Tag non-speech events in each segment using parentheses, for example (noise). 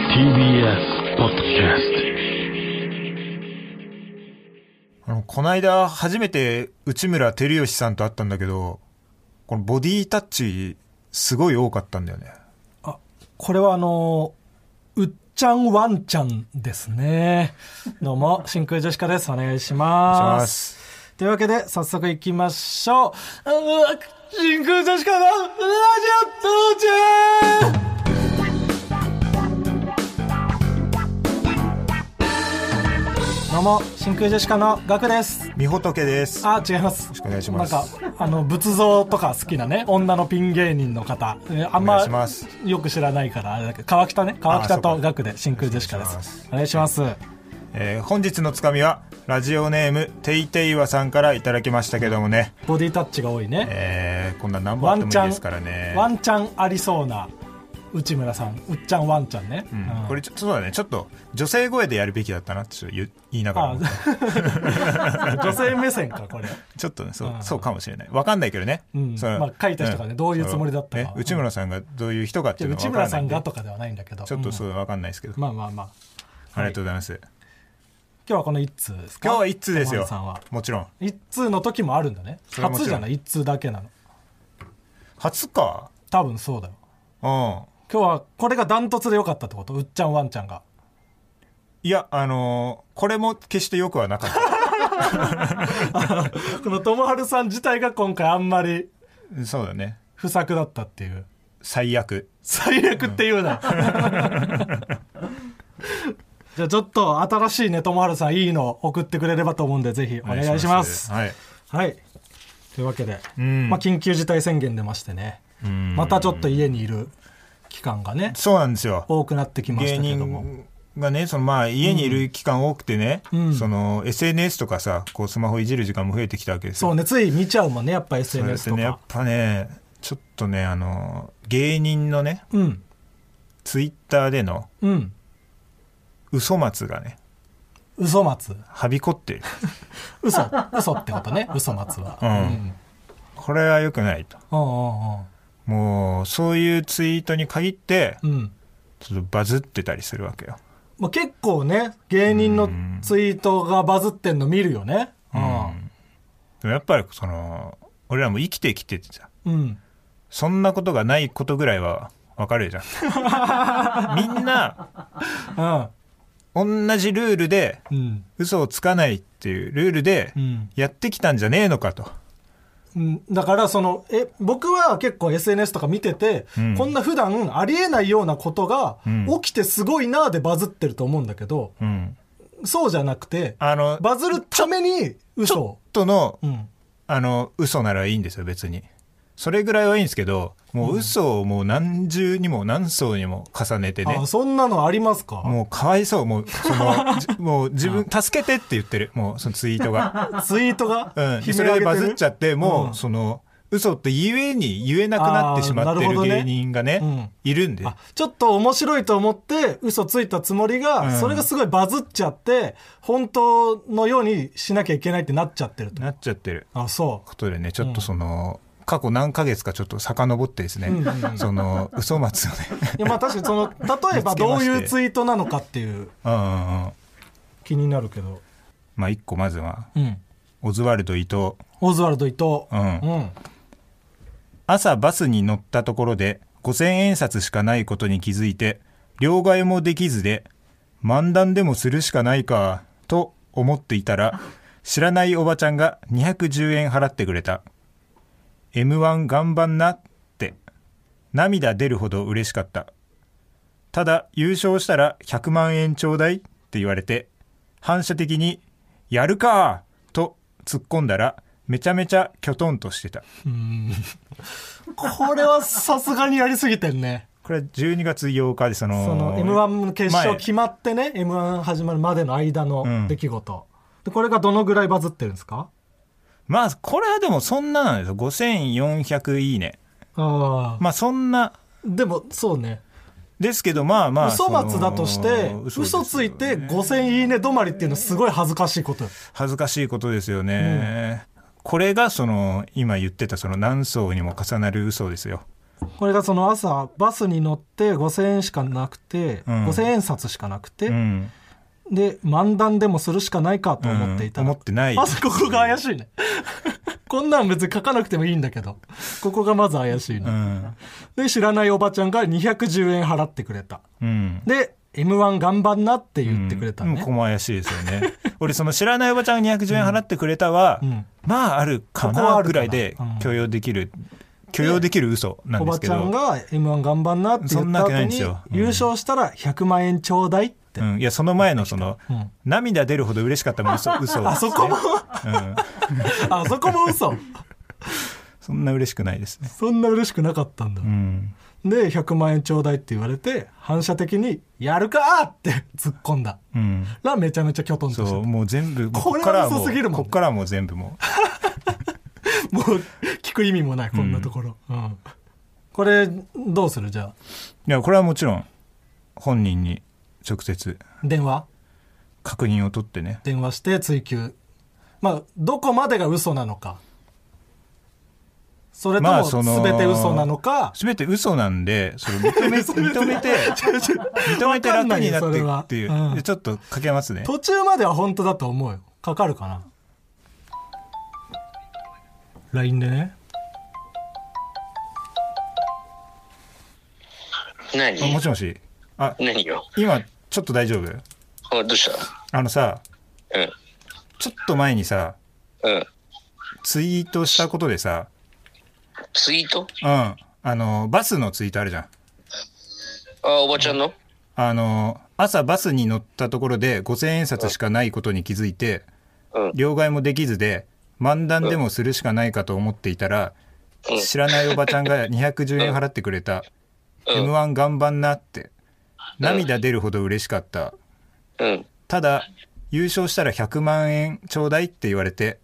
TBS ポッドキャスあのこの間初めて内村光良さんと会ったんだけどこのボディタッチすごい多かったんだよねあこれはあのーうっちゃんワンちゃんです (laughs) ねどうも真空ジェシカですお願いしお願いしまますすというわけで早速いきましょううわ真空ジェシカのラジオ父ちゃんどうも真空ジェシカのガクですみほとけですあ違いますよろしくお願いしますなんかあの仏像とか好きなね女のピン芸人の方えーあんおま願いしますよく知らないからあれだけど川北ね川あー北そうとかガクで真空ジェシカですお願いしますえー本日のつかみはラジオネームていていわさんからいただきましたけどもね、ボディタッチが多いねえーこんな何本あっワてンもチいいャですからねンワンチャンありそうな内村さんうっちゃんワンちゃんね、うんうんこれちょっとそうだねちょっと女性声でやるべきだったなってちょっと言う言いながらあ思ったー (laughs) 女性目線かこれちょっとねそうあーそうかもしれないわかんないけどね、うんそのまあ書いた人がねんどういうつもりだったかそうね内村さんがどういう人かってじゃいあうのは内わから村なさいんでがとかではないんだけどちょっとそううわかんないですけど、んまあまあまあありがとうございます。今日はこの一通ですか今日は一通です山よ田さんは。もちろん。一通の時もあるんだねそれはもちろ初んじゃない一通だけなの初か。多分そうだようん。今日はこれがダントツでよかったってことうっちゃんワンちゃんがいや、あのーこれも決して良くはなかっ (laughs) この友春さん自体が今回あんまりた。そうだね。不作だったっていう最悪。最悪っていうな、じゃあちょっと新しいね友春さんいいの送ってくれればと思うんでぜひお願いしますはい。はいというわけで、んまあ、緊急事態宣言出ましてねうんまたちょっと家にいる期間がねそうなんですよ。多くなってきまし芸たけども人がね、そのまあ家にいる期間多くてね、うんその SNS とかさ、こうスマホいじる時間も増えてきたわけですよ。そうねつい見ちゃうもんねやっぱそうで SNS すとかね。やっぱね、ちょっとね、あのー芸人のね、うんツイッターでのうん嘘松がね、嘘松はびこってる。嘘嘘ってことね嘘松はうんこれは良くないと。うもう、そういうツイートに限って、んうんうんうんちょっとバズってたりするわけよ。まあ、結構ね芸人のツイートがバズってんの見るよねでもやっぱり、その、俺らも生きてきててさ、うん、うん、そんなことがないことぐらいはわかるじゃ (laughs) ん。みんな、うん同じルールで、うん嘘をつかないっていうルールでう、んやってきたんじゃねえのかと。うん、だからそのえ僕は結構 SNS とか見てて、うんこんな普段ありえないようなことがうん起きてすごいなーでバズってると思うんだけど、うん。そうじゃなくてあの、バズるために嘘を、との、うん、あの、嘘ならいいんですよ、別に。それぐらいはいいんですけど、もう嘘をもう何重にも何層にも重ねてね。あそんなのありますかもうかわいそう。 (laughs) もう、その、じもう自分、助けてって言ってる。もう、そのツイート (laughs) が。ツイートがうん。悲そ鳴上れげでバズっちゃっって、もう、うんその、嘘って言えに言えなくなってしまってあーなるるほどね芸人がね、うんいるんで。あちょっと面白いと思って嘘ついたつもりが、うんそれがすごいバズっちゃって本当のようにしなきゃいけないってなっちゃってるとなっちゃってる。あそことでね、ちょっとその、過去何ヶ月かちょっと遡ってですね、うんうんうんその、嘘松をね。 (laughs) ういやまあ確かにその例えばどういうツイートなのかっていううんうんうん。気になるけど、まあ、一個まずは、うん、オズワルド伊藤。オズワルド伊藤うんうん、朝バスに乗ったところで5000円札しかないことに気づいて両替もできずで漫談でもするしかないかと思っていたら知らないおばちゃんが210円払ってくれた m 1頑張んなって涙出るほど嬉しかったただ優勝したら100万円ちょうだいって言われて反射的に「やるか!」と突っ込んだらめちゃめちゃきょとんとしてたこれはさすがにやりすぎてんねこれは12月8日でそのその m 1の決勝決まってね m 1始まるまでの間の出来事、でこれがどのぐらいバズってるんですかまあこれはでもそんななんですよ5400いいねああまあそんなでもそうねですけどまあまあ嘘そ松のだとして嘘嘘,、ですよねついて5000いいね止まりっていうのはすごい恥ずかしいこと恥ずかしいことですよね、これがその今言ってたその何層にも重なる嘘ですよこれがその朝バスに乗って5,000円しかなくて、うん5,000円札しかなくて、うん、で漫談でもするしかないかと思っていたら、うん思ってないまずここが怪し (laughs) いねこんなん別に書かなくてもいいんだけどここがまず怪しいね、うんで知らないおばちゃんが210円払ってくれたうんで m 1頑張んなって言ってくれたうんね、細怪しいですよね俺その知らないおばちゃんが210円払ってくれたは、うんまああるかここはあなるぐかららいでうん許容できる、許容できる嘘なんおでばすけちゃどんが m 1頑張んなってそ言んっなたわけな後いんでにすようん優勝したら100万円ちょうだい (laughs) って、うん、いやその前のその、うん涙出るほど嬉しかったもん (laughs) 嘘嘘あそこもうん、あそこも嘘そんな嬉しくないですね (laughs) そんな嬉しくなかったんだ、うんで100万円ちょうだいって言われて反射的に「やるか!」って (laughs) 突っ込んだうんらめちゃめちゃきょとんとしてそうたもう全部これはっからは嘘すぎるもんこねっからはもう全部ももう聞く意味もないこんなところ、うんこれどうするじゃあういやこれはもちろん本人に直接電話確認を取ってね電話して追及まあどこまでが嘘なのかそれとまあもその全て嘘なのか、全て嘘なんでそれ (laughs) 認め認めて認めてわかんな楽いによなっていくっていそれはう、うんでちょっとかけますね途中までは本当だと思うよかかるかな LINE でねあ何もしもしあ何よ今ちょっと大丈夫あどうしあのさたうん。ちょっと前にさうん。ツイートしたことでさツイートうんあのバスのツイートあるじゃんあ、おばちゃんのあの朝バスに乗ったところで五千円札しかないことに気づいてうん。両替もできずで漫談でもするしかないかと思っていたらうん知らないおばちゃんが210円払ってくれた「うん m 1頑張んな」って涙出るほど嬉しかったうん。ただ優勝したら100万円ちょうだいって言われて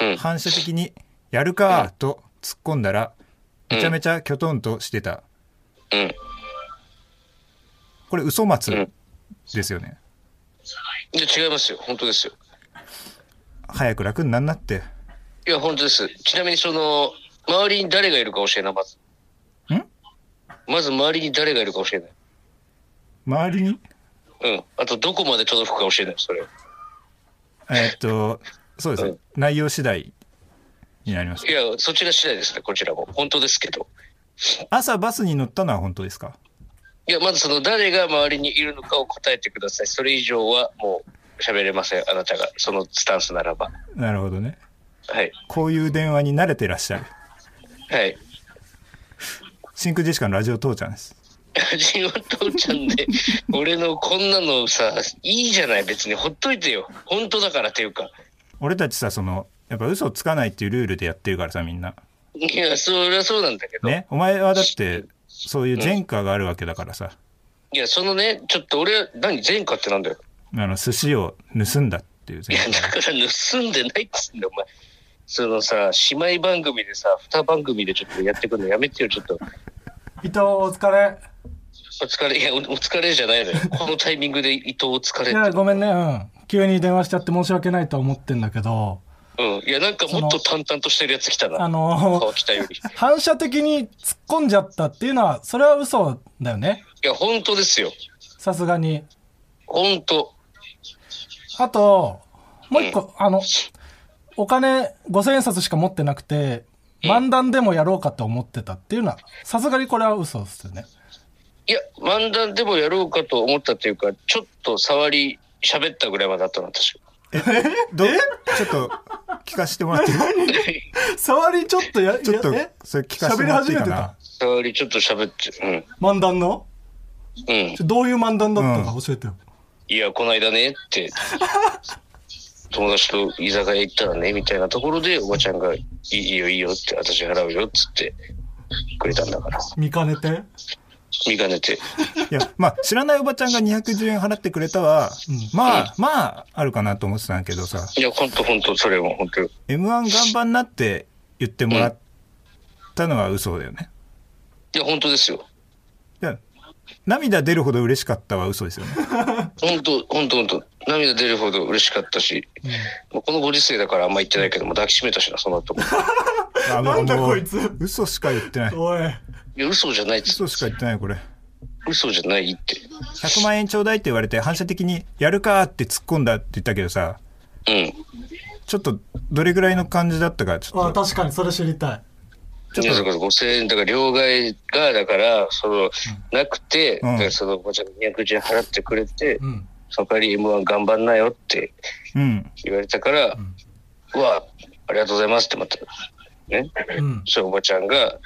うん。反射的に「やるか!」と突っ込んだらめちゃめちゃきょとんとしてたうん。これ嘘松うんですよねいや、違いますよ。本当ですよ。早く楽になんなっていや、本当です。ちなみに、その、周りに誰がいるか教えな、まず。んまず周りに誰がいるか教えない。周りにうん。あと、どこまで届くか教えない、それ。えーっとそうですね内容次第になりますいや、そちら次第ですね、こちらも。本当ですけど。朝バスに乗ったのは本当ですかいや、まずその、誰が周りにいるのかを答えてください。それ以上は、もう、喋れません、あなたが。そのスタンスならば。なるほどねはい。こういう電話に慣れてらっしゃるはい。真空ジェシカのラジオ父ちゃんです (laughs) ジオ父ちゃんで、俺のこんなのさ、いいじゃない、別に。ほっといてよ。本当だからっていうか。俺たちさそのやっぱ嘘つかないっていうルールでやってるからさみんないや、そりゃそうなんだけど。ねお前はだってそういう前科があるわけだからさいや、そのね、ちょっと俺、何、前科ってなんだよ。あの寿司を盗んだっていうい前や、科 (laughs) だから盗んでないっつうんだよ、お前。そのさ、姉妹番組でさ、二番組でちょっとやってくるのやめてよ、ちょっと。伊藤お疲れお疲れ、いや、おお疲れじゃないのよ。このタイミングで伊藤お疲れいっや、て。ごめんね、うん。急に電話しちゃって申し訳ないとは思ってんだけど、うん。いや、なんかもっと淡々としてるやつ来たあな。の川、北より。い反射的に突っ込んじゃったっていうのは、それは嘘だよね。や、本当ですよ。さすがに。本当。あと、もう一個、あの、お金5000円札しか持ってなくて、漫談でもやろうかと思ってたっていうのは、さすがにこれは嘘ですよね。いや、漫談でもやろうかと思ったというか、ちょっと触り、喋ったぐらいまでだったの、私。どちょっと聞かせても (laughs) らっていい触りちょっとや、ちょっとやえそれ聞かせてもらっていいかな触り、ちょっと喋って、漫談のうん、うん。ちょどういう漫談だったうか教えてよ。いや、こないだねって、 (laughs) 友達と居酒屋行ったらね、みたいなところで、おばちゃんが、いいいいよ、いいよって、私払うよ、っつって、くれたんだから。見かねて。見かねて。いやまあ知らないおばちゃんが210円払ってくれたは、まあまああるかなと思ってたんだけどさいや、ほんとほんと、それもほんと。 「m 1頑張んな」って言ってもらったのは嘘だよねいや、ほんとですよ。いや涙出るほど嬉しかったは嘘ですよねほんと、ほんとほんと。涙出るほど嬉しかったし、もうこのご時世だからあんま言ってないけども、抱きしめたしな、その後も。あもう (laughs) なんだこいつもう嘘しか言ってないおい。いや、嘘じゃないっつ嘘しか言ってないよこれ嘘じゃないって。 100万円ちょうだいって言われて反射的に「やるか!」って突っ込んだって言ったけどさうん。ちょっとどれぐらいの感じだったかちょあっと確かにそれ知りたい。いや、それこそ5000円、だから両替が、だから、その、なくて、うんだからその、おばちゃんが210円払ってくれて、うん。その代わり M1 頑張んなよってうん言われたから、うわ、ありがとうございますってまた、ね。うん。そう、おばちゃんが、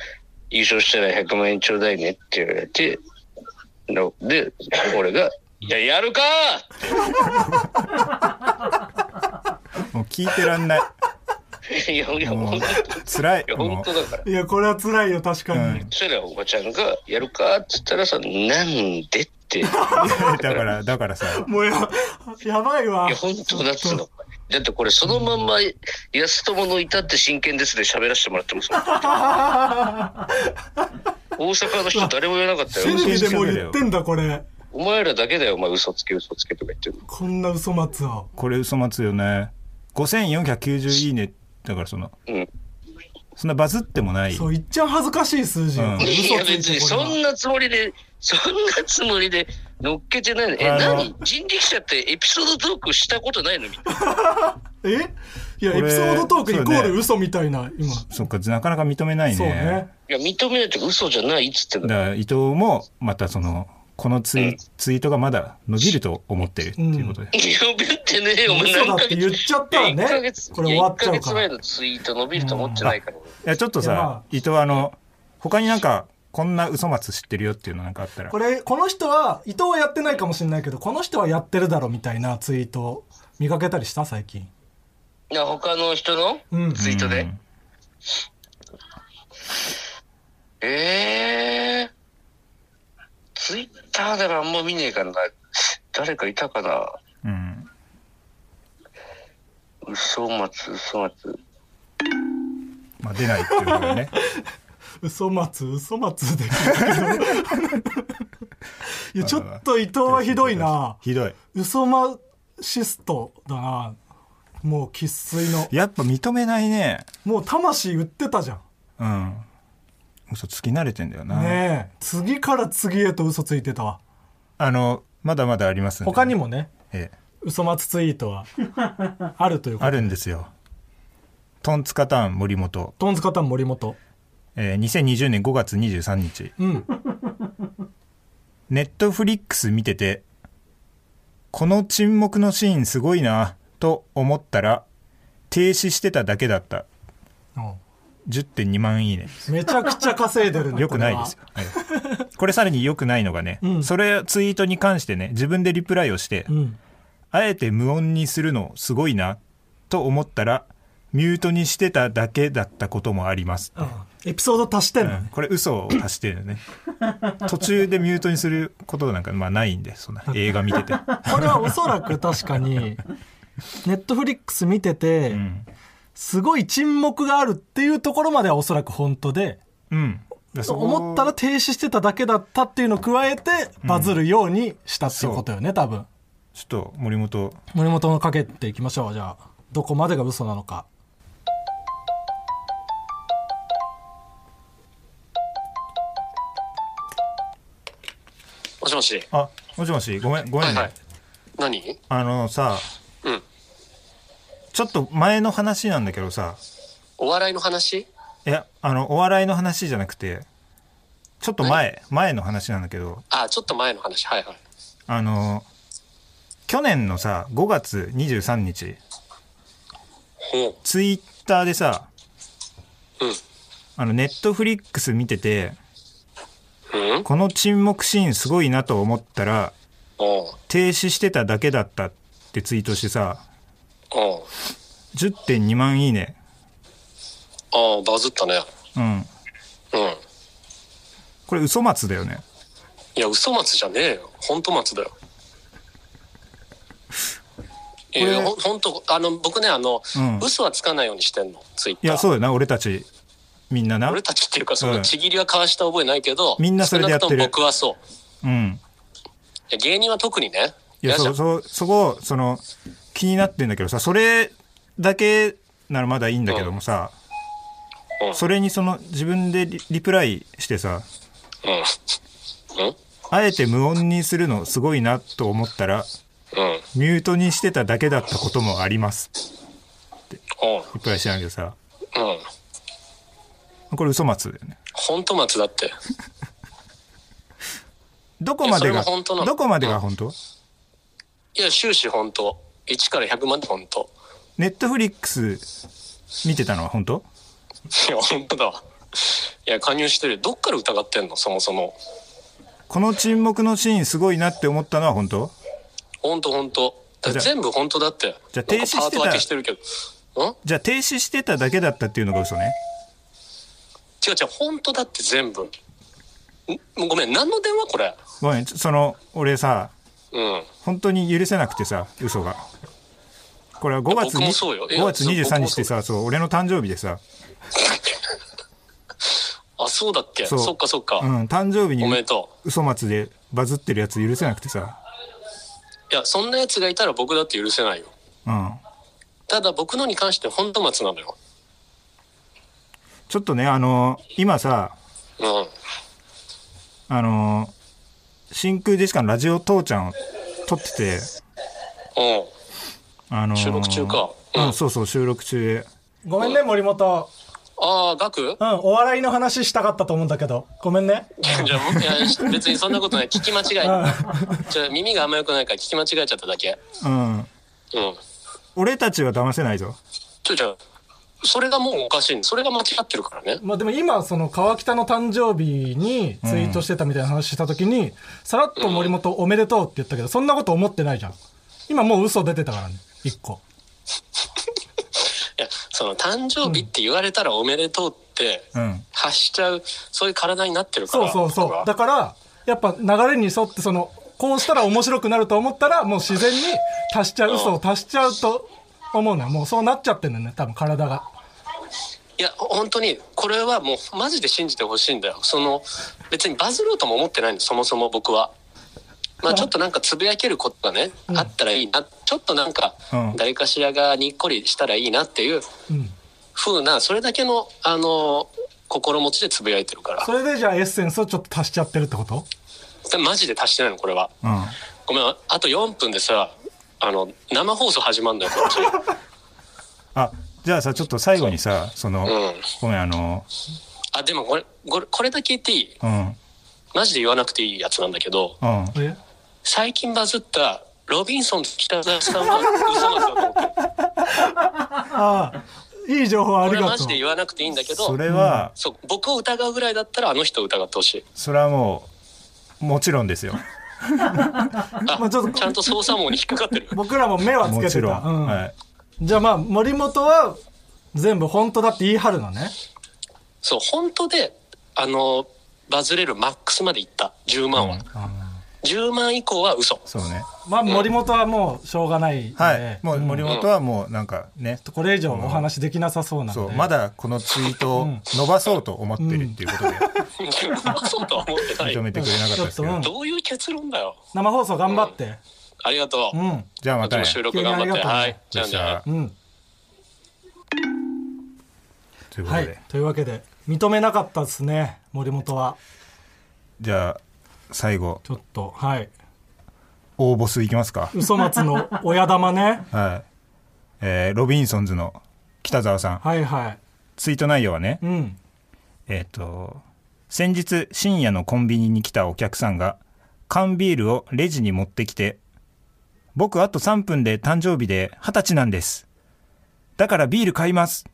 優勝したら100万円ちょうだいねって言われて、ので、俺が、いや、やるかもう聞いてらんない (laughs) ーいや、いや、も本う当だ辛いいや、も本う当だから。いや、これは辛いよ、確かに。うんそしたらおばちゃんが、やるかって言ったらさ、なんでって。い (laughs) だからだからさもうや、やばいわや、。本当だっつうの。だってこれそのまんま、安友のいたって真剣ですで喋らせてもらってますもん大阪の人誰も言わなかったテよ。レビでも言ってんだ、これ。お前らだけだよ、お前嘘つけ嘘つけとか言ってるの。こんな嘘松を。これ嘘待つよね5490いいねだからそのうん。そんなバズってもないそう、いっちゃん恥ずかしい数字よ。うんい嘘やつい別てにこそれんはなつもりで、そんなつもりで乗っけてないの。え、あの何人力車ってエピソードトークしたことないのみたいな。えいや、これエピソードトークイコーそうルね嘘みたいな、今。そっかなかなか認めないねそうね。いや、認めないって嘘じゃないっつってんだだ。から伊藤もまたそのこのツイ,、うんツイートがまだ伸びると思ってるっていうことで、いや伸びってねえよ、お前嘘だ何っヶて月言っちゃったらいや一ヶね月、これ終わっちゃいやうか一ヶ月ら前。のツイート伸びると思ってないから。いやちょっといやさま伊藤あの他になんかこんな嘘松知ってるよっていうのなんかあったらこれ、この人は、伊藤はやってないかもしれないけど、この人はやってるだろみたいなツイートを見かけたりした最近。いや他の人のうん。ツイートで。ええー。ツイッターではあんま見ねえからな。誰かいたかなうん嘘松、嘘松。まあ出ないっていうのが (laughs) ね嘘松、嘘松でいいけど。いや、ちょっと伊藤はひどいな。ひどい嘘マシストだな。もう生粋の。やっぱ認めないねもう魂売ってたじゃん。うん嘘つき慣れてんだよな、ねえ。次から次へと嘘ついてたわ。あのまだまだありますんで他にもね、ええ嘘松ツイートはあるというこあと。るんですよトンツカタン森本、トンズカタン森本。えー、2020年5月23日うん。 (laughs) ネットフリックス見ててこの沈黙のシーンすごいなと思ったら停止してただけだったう10.2万いいねんめちゃくちゃ稼いでるねよくないですよ。、はいこれさらに良くないのがね、うんそれツイートに関してね自分でリプライをして、これはうん。あえて無音にするのすごいなと思ったらミュートにしてただけだったこともあります、あエピソード足してんのうんね。これ嘘を足してるよ (laughs) ね途中でミュートにすることなんかまあないんでそんな映画見てて、これはおそらく確 (laughs) かに、ネットフリックス見てて、うんすごい沈黙があるっていうところまではおそらく本当で、うん、だからそこ思ったら停止してただけだったっていうのを加えて、バズるようにしたっていうことよね、多分。ちょっと森本森本のかけていきましょう、じゃあ。どこまでが嘘なのか。もしもし。あもしもしごめんごめんね、はい。何あのさうん。ちょっと前の話なんだけどさお笑いの話いやあのお笑いの話じゃなくてちょっと前前の話なんだけどあ、ちょっと前の話。はいはい。あの去年のさ5月23日ほツイッターでさう。うん。あのネットフリックス見ててうんこの沈黙シーンすごいなと思ったらおう停止してただけだったってツイートしてさおう10.2万いいねああ、バズったね。うんうん。これ嘘松だよねいや、嘘松じゃねえよ。本当松だよ。いや、ほんほんと、あの、僕ね、あの、うん嘘はつかないようにしてんの、ツイッター。いやそうだよな俺たちみんなな俺たちっていうか、そうんの、ちぎりは交わした覚えないけど、みんなそれでやってる少なくとも僕はそう。うんいや芸人は特にね。いや嫌じそゃうんそうそこその気になってんだけどさそれだけならまだいいんだけどもさ、うんそれにその自分でリリプライしてさうん。うんあえて無音にするのすごいなと思ったらうん。ミュートにしてただけだったこともありますおうリプライしてないけどさうん。これ嘘松だよね本当松だって。どこまでいやがそれも本当なのどこまでが本当いや、終始本当。1から100まで本当。ネットフリックス見てたのは本当いや、本当だわ。いや、加入してる。どっから疑ってんのそもそも。この沈黙のシーンすごいなって思ったのは本当本当本当。だからじゃあ全部本当だって。じゃあなんか停止してたパート分けしてるけど。ん違うじゃあ停止してただけだったっていうのが嘘ね違う、本当だって全部。んもうごめん、何の電話これ。ごめんちょその俺さうん。本当に許せなくてさ嘘がこれは5月僕にもそうよいや5月そう23日ってさそう俺の誕生日でさあ、そうだっけそそうっかそっか。うん誕生日おにめでと嘘松でバズってるやつ許せなくてさう。いや、そんな奴がいたら僕だって許せないよ。うんただ僕のに関して本当松なのよ。ちょっとねあの今さうん。あの真空ジェシカのラジオ父ちゃんを撮っててうん。あの収録中かうん、そうそう収録中でごめんね、森本。ああ、ガク (laughs) うん、お笑いの話したかったと思うんだけど。ごめんね。いやじゃあ僕いや別にそんなことない。聞き間違うんえ。じゃあ耳があんま良くないから聞き間違えちゃっただけ。うんうん。俺たちは騙せないぞちょ、じゃあそれがもうおかしい。それが間違ってるからね。まあでも今、その川北の誕生日にツイートしてたみたいな話した時に、さらっと森本おめでとうって言ったけど、そんなこと思ってないじゃん。今もう嘘出てたからね。一個。いや、その誕生日って言われたらおめでとうってうん発しちゃう、そういう体になってるかそら。うそう僕そはう。だから、やっぱ流れに沿ってその、こうしたら面白くなると思ったら、もう自然に足しちゃう、嘘を足しちゃうと思うのは、もうそうなっちゃってるんだよね、多分体が。いや、本当に、これはもうマジで信じてほしいんだよ。その、別にバズろうとも思ってないの、そもそも僕は。まあちょっとなんかつぶやけることがね、あったらいいな。ちょっとなんかうん、誰かしらがにっこりしたらいいなっていううん。風な、それだけの、あの、心持ちでつぶやいてるからそ。れでじゃあエッセンスをちょっと足しちゃってるってことマジで足してないの、これは。うんごめん、ああと4分でさ、あの、生放送始まるんだよ、こっち。あじゃあさちょっと最後にさその、うん。ごめんあのあ、でもこれ、これ、これだけ言っていいうんマジで言わなくていいやつなんだけど、うんえ最近バズったロビンソンズ北澤さんは嘘なんだと思ってる。ああ、いい情報あこりれはがとマジうで。言わなくていいんだけど、それは、そう僕を疑うぐらいだったらあの人を疑ってほしい。それはもうもちろんです (laughs) よあ、まあちょっとちゃんと捜査網に引っかかって (laughs) る。僕らも目はつもけちてろた。ん、うんはい、じゃあまあ、森本は全部本当だって言い張るのね。そう、本当で、あの、バズれるマックスまでいった。10万は。10万以降は嘘。そうねまあ、森本はもうしょうがないんで、はい、もううん森本はもうなんかね、これ以上お話できなさそうなんで。そうまだこのツイートを伸ばそうと思ってるっていうことでそうとは思ってな認い。めてくれなかったですけど、うんどういう結論だよ。生放送頑張って。ありがとう。うん。じゃあこまったねちも収録頑張っいて。やあはりい。じゃあじゃあ。うん。ということはで、い。というわけで、認めなかったですね、森本は。じゃあ最後ちょっと、はい。応募数いきますか嘘松 (laughs) の親玉ね。はいえーロビンソンズの北沢さんはいはい。ツイート内容はねうん。えっ、と先日深夜のコンビニに来たお客さんが缶ビールをレジに持ってきて「僕あと3分で誕生日で二十歳なんですだからビール買います」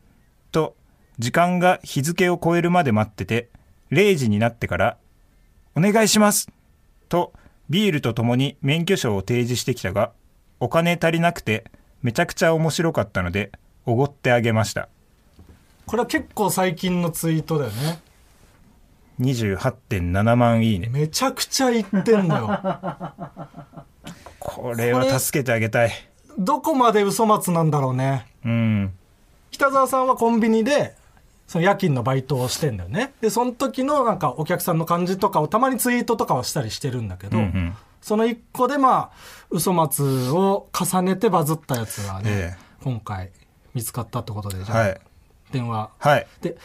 と時間が日付を超えるまで待ってて0時になってから「お願いします」とビールとともに免許証を提示してきたがお金足りなくてめちゃくちゃ面白かったのでおごってあげましたこれは結構最近のツイートだよね。 28.7万いいねめちゃくちゃ言ってんのよ。これは助けてあげたい。どこまで嘘松なんだろうね。うん。北沢さんはコンビニで、その夜勤のバイトをしてんだよね。で、その時のなんかお客さんの感じとかをたまにツイートとかはしたりしてるんだけど、うんうんその一個でまあ、嘘松を重ねてバズったやつがね、ええ今回見つかったってことで、じゃあ、はい。電話。はい。で、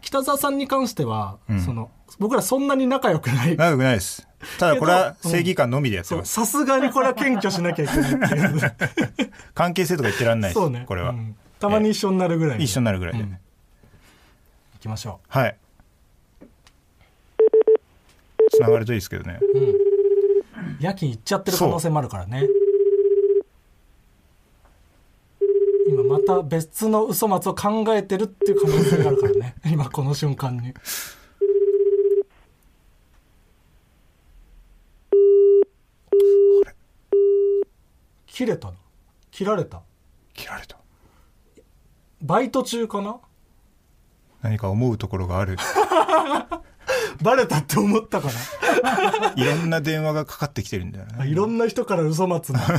北澤さんに関しては、その僕らそんなに仲良く (laughs) ない長くないです。ただこれはけど正義感のみでやってそまうす。さすがにこれは謙虚しなきゃいけないって (laughs) いう関係性とか言ってらんないでそうす。ねこれうは。んたまに一緒になるぐらいで一緒になるぐらいでうん。行きましょはい。つながるといいですけどね。う、うん、夜勤行っちゃってる可能性もあるからね今また別の嘘松を考えてるっていう可能性があるから (laughs) ね今この瞬間に切れたの切られた切られた。バイト中かな何か思うところが (laughs) ある。バレたって思ったからいろんな電話がかかってきてるんだよあね。いろんな人から嘘待つな (laughs) ち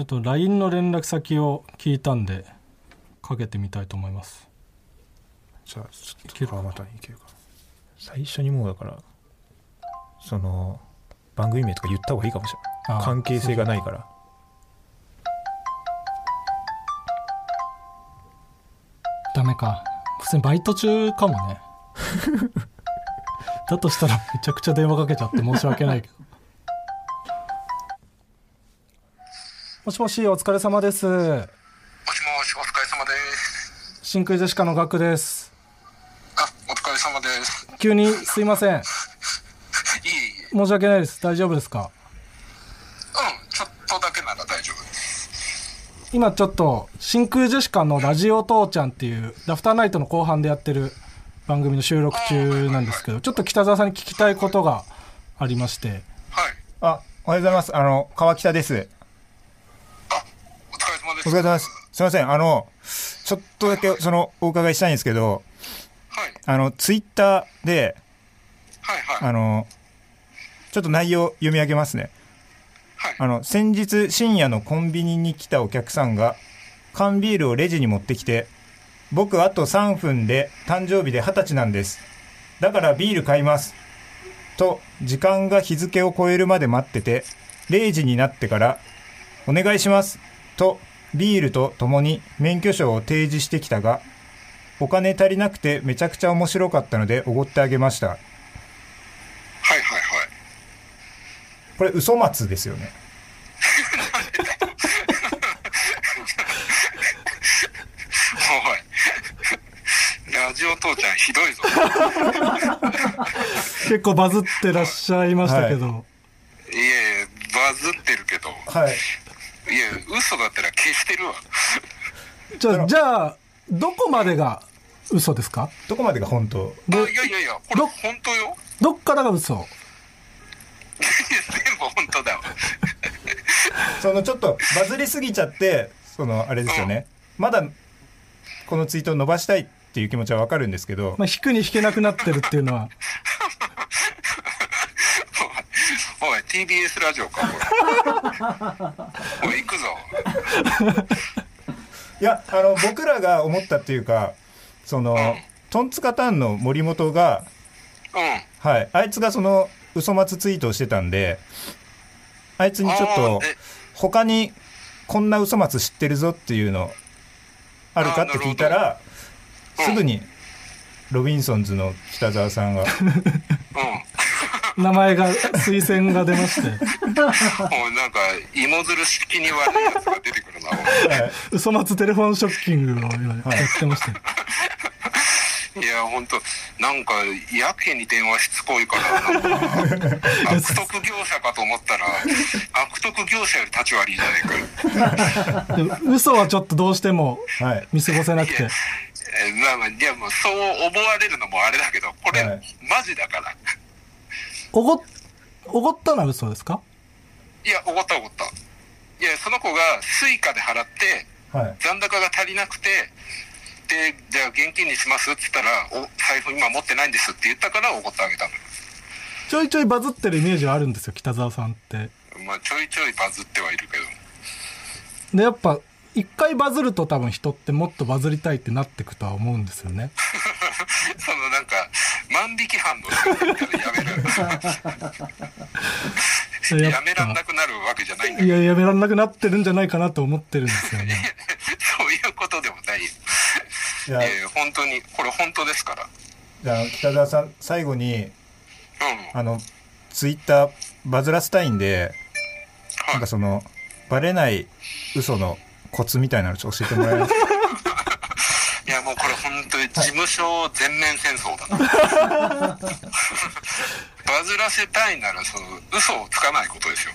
ょっと LINE の連絡先を聞いたんでかけてみたいと思いますじゃあ、ちょっいけとるかな川端に行けるかな。最初にもうだから、その、番組名とか言った方がいいかもしれあなあい。関係性がないから。ダメか普通にバイト中かもね (laughs) だとしたらめちゃくちゃ電話かけちゃって申し訳ないけど (laughs) もしもしお疲れ様ですもしもし、お疲れ様です。真空ジェシカのガクですあ、お疲れ様です。急にす (laughs) いませんいえいえ、申し訳ないです大丈夫ですかうん、ちょっとだけなら大丈夫です。今ちょっと真空ジェシカの「ラジオ父ちゃん」っていうラフターナイトの後半でやってる番組の収録中なんですけどちょっと北澤さんに聞きたいことがありましてはい。あ、おはようございます。あの、川北です。あ、お疲れ様でおす。疲れ様です。すいません。あの、ちょっとだけ、その、お伺いしたいんですけど、はい、あの、ツイッターで、はい、はい。あの、ちょっと内容読み上げますね。はいあの、先日深夜のコンビニに来たお客さんが、缶ビールをレジに持ってきて、僕あと3分で誕生日で20歳なんです。だからビール買います。と、時間が日付を超えるまで待ってて、0時になってから、お願いします。と、ビールと共に免許証を提示してきたが、お金足りなくてめちゃくちゃ面白かったのでおごってあげました。はい、はい、はい。これ嘘松ですよね。おい。 (laughs) ラジオ父ちゃん、ひど (laughs) いぞ。結構バズってらっしゃいましたけど、いえ、バズってるけど、はい。いえ、嘘だったら消してるわ。じゃあじゃあどこまでが嘘ですかどこまでが本当あいやいやいや、これ本当よ。どっからが嘘全部本当だわ。そのちょっとバズりすぎちゃって、そのあれですよね。まだこのツイートを伸ばしたいっていう気持ちはわかるんですけど、まあ引くに引けなくなってるっていうのはおいおい、TBS ラジ (laughs) オか、これ。おい、行くぞ。いや、あの、僕らが思ったっていうか、その、トンツカタンの森本が、うん。はい、あいつがその嘘松ツイートをしてたんで、あいつにちょっとあーえ他にこんな嘘松知ってるぞっていうのあるかって聞いたら、ほどすぐにロビンソンズの北沢さ (laughs) んが、うん。名前が推薦が出ましてもうなんか芋づる式に悪いやつが出てく (laughs) るな。嘘松テレフォンショッキングを今やってましたよおいいや本当なんかやけに電話しつこいからなんか悪徳業者かと思ったら悪徳業者より立ち悪いじゃないかよ。でも嘘はちょっとどうしてもはい。見過ごせなくてえまあまあいやもうそう思われるのもあれだけどこれ、はいマジだから。おごっおごったのは嘘ですかいやおごったおごった。いやその子がスイカで払ってはい。残高が足りなくて。でじゃあ現金にしますっつったら「お財布今持ってないんです」って言ったから怒ってあげたのよちょいちょいバズってるイメージはあるんですよ北澤さんってまあちょいちょいバズってはいるけど (laughs) でやっぱ一回バズると多分人ってもっとバズりたいってなってくとは思うんですよねそのなんか万引き犯の人だったらやめる (laughs) それやっやめらんぱなくなるわけじゃないんだいけど (laughs) (laughs) ややめらんなくなってるんじゃないかなと思ってるんですよねそういうことでもないよいやいやいや本当にこれ本当ですからじゃあ北澤さん最後にうんあのツイッターバズらせたいんでなんはかいそのバレない嘘のコツみたいなのちょっと教えてもらえます (laughs) かいやもうこれ本当に事務所全面戦争だな (laughs) バズらせたいならその嘘をつかないことですよ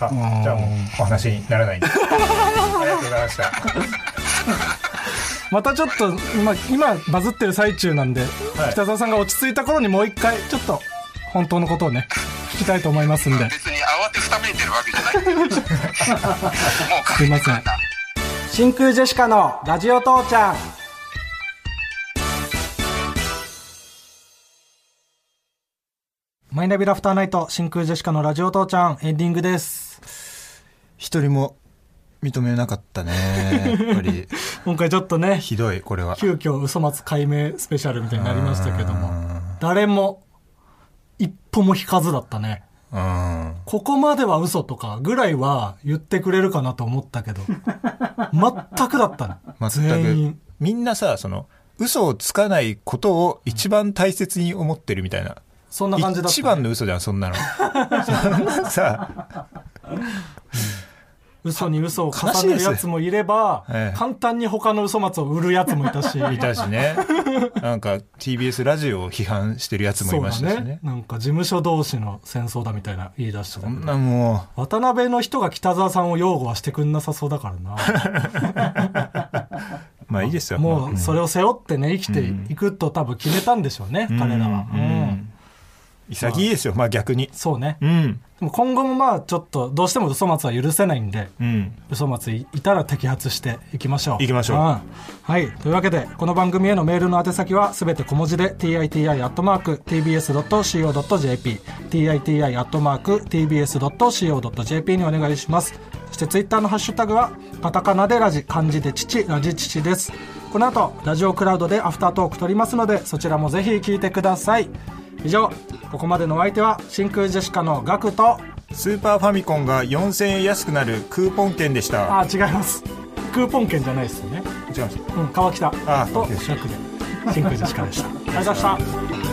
あじゃあもうお話になら (laughs) ないんでありがとうございましたまたちょっと今今バズってる最中なんで、はい北澤さんが落ち着いた頃にもう一回ちょっと本当のことをね聞きたいと思いますんで別に慌てふためいてるわけじゃないもう確すいません真空ジェシカのラジオ父ちゃんマイナビラフターナイト真空ジェシカのラジオ父ちゃんエンディングです一人も認めなかったねやっぱり今回ちょっと (laughs) ねひどいこれは急遽嘘松解明スペシャルみたいになりましたけども誰も一歩も引かずだったねうんここまでは嘘とかぐらいは言ってくれるかなと思っ (laughs) たけど全くだったね全全く員みんなさその嘘をつかないことを一番大切に思ってるみたいな、そんな感じだった、ね、一番の嘘じゃんそんなの (laughs) そんなさ嘘に嘘を重悲しいねでるすやつもいれば、ええ簡単に他の嘘松を売るやつもいた (laughs) しいたしねなんか TBS ラジオを批判してるやつもいましたしそうだねなんか事務所同士の戦争だみたいな言い出してたそけどんなも渡辺の人が北沢さんを擁護はしてくんなさそうだからな (laughs) うまあいいですよもまうあそれを背負ってね生きていくと多分決めたんでしょうね、ん彼らは、ううんん潔いですよまあ逆にそうねうんでも今後もまあちょっとどうしても嘘松は許せないんでうん嘘松いたら摘発していきましょういきましょうんはいというわけでこの番組へのメールの宛先はすべて小文字で titi.tbs.co.jp titi.tbs.co.jp にお願いしますそしてツイッターのハッシュタグはカタカナでラジ漢字で父ラジ父ですこの後ラジオクラウドでアフタートーク撮りますのでそちらもぜひ聞いてください以上ここまでのお相手は真空ジェシカのガクとスーパーファミコンが4000円安くなるクーポン券でしたあ違いますクーポン券じゃないですよね違いましたうん、川北あとよしシャクで真空ジェシカでした。ありがとうございました。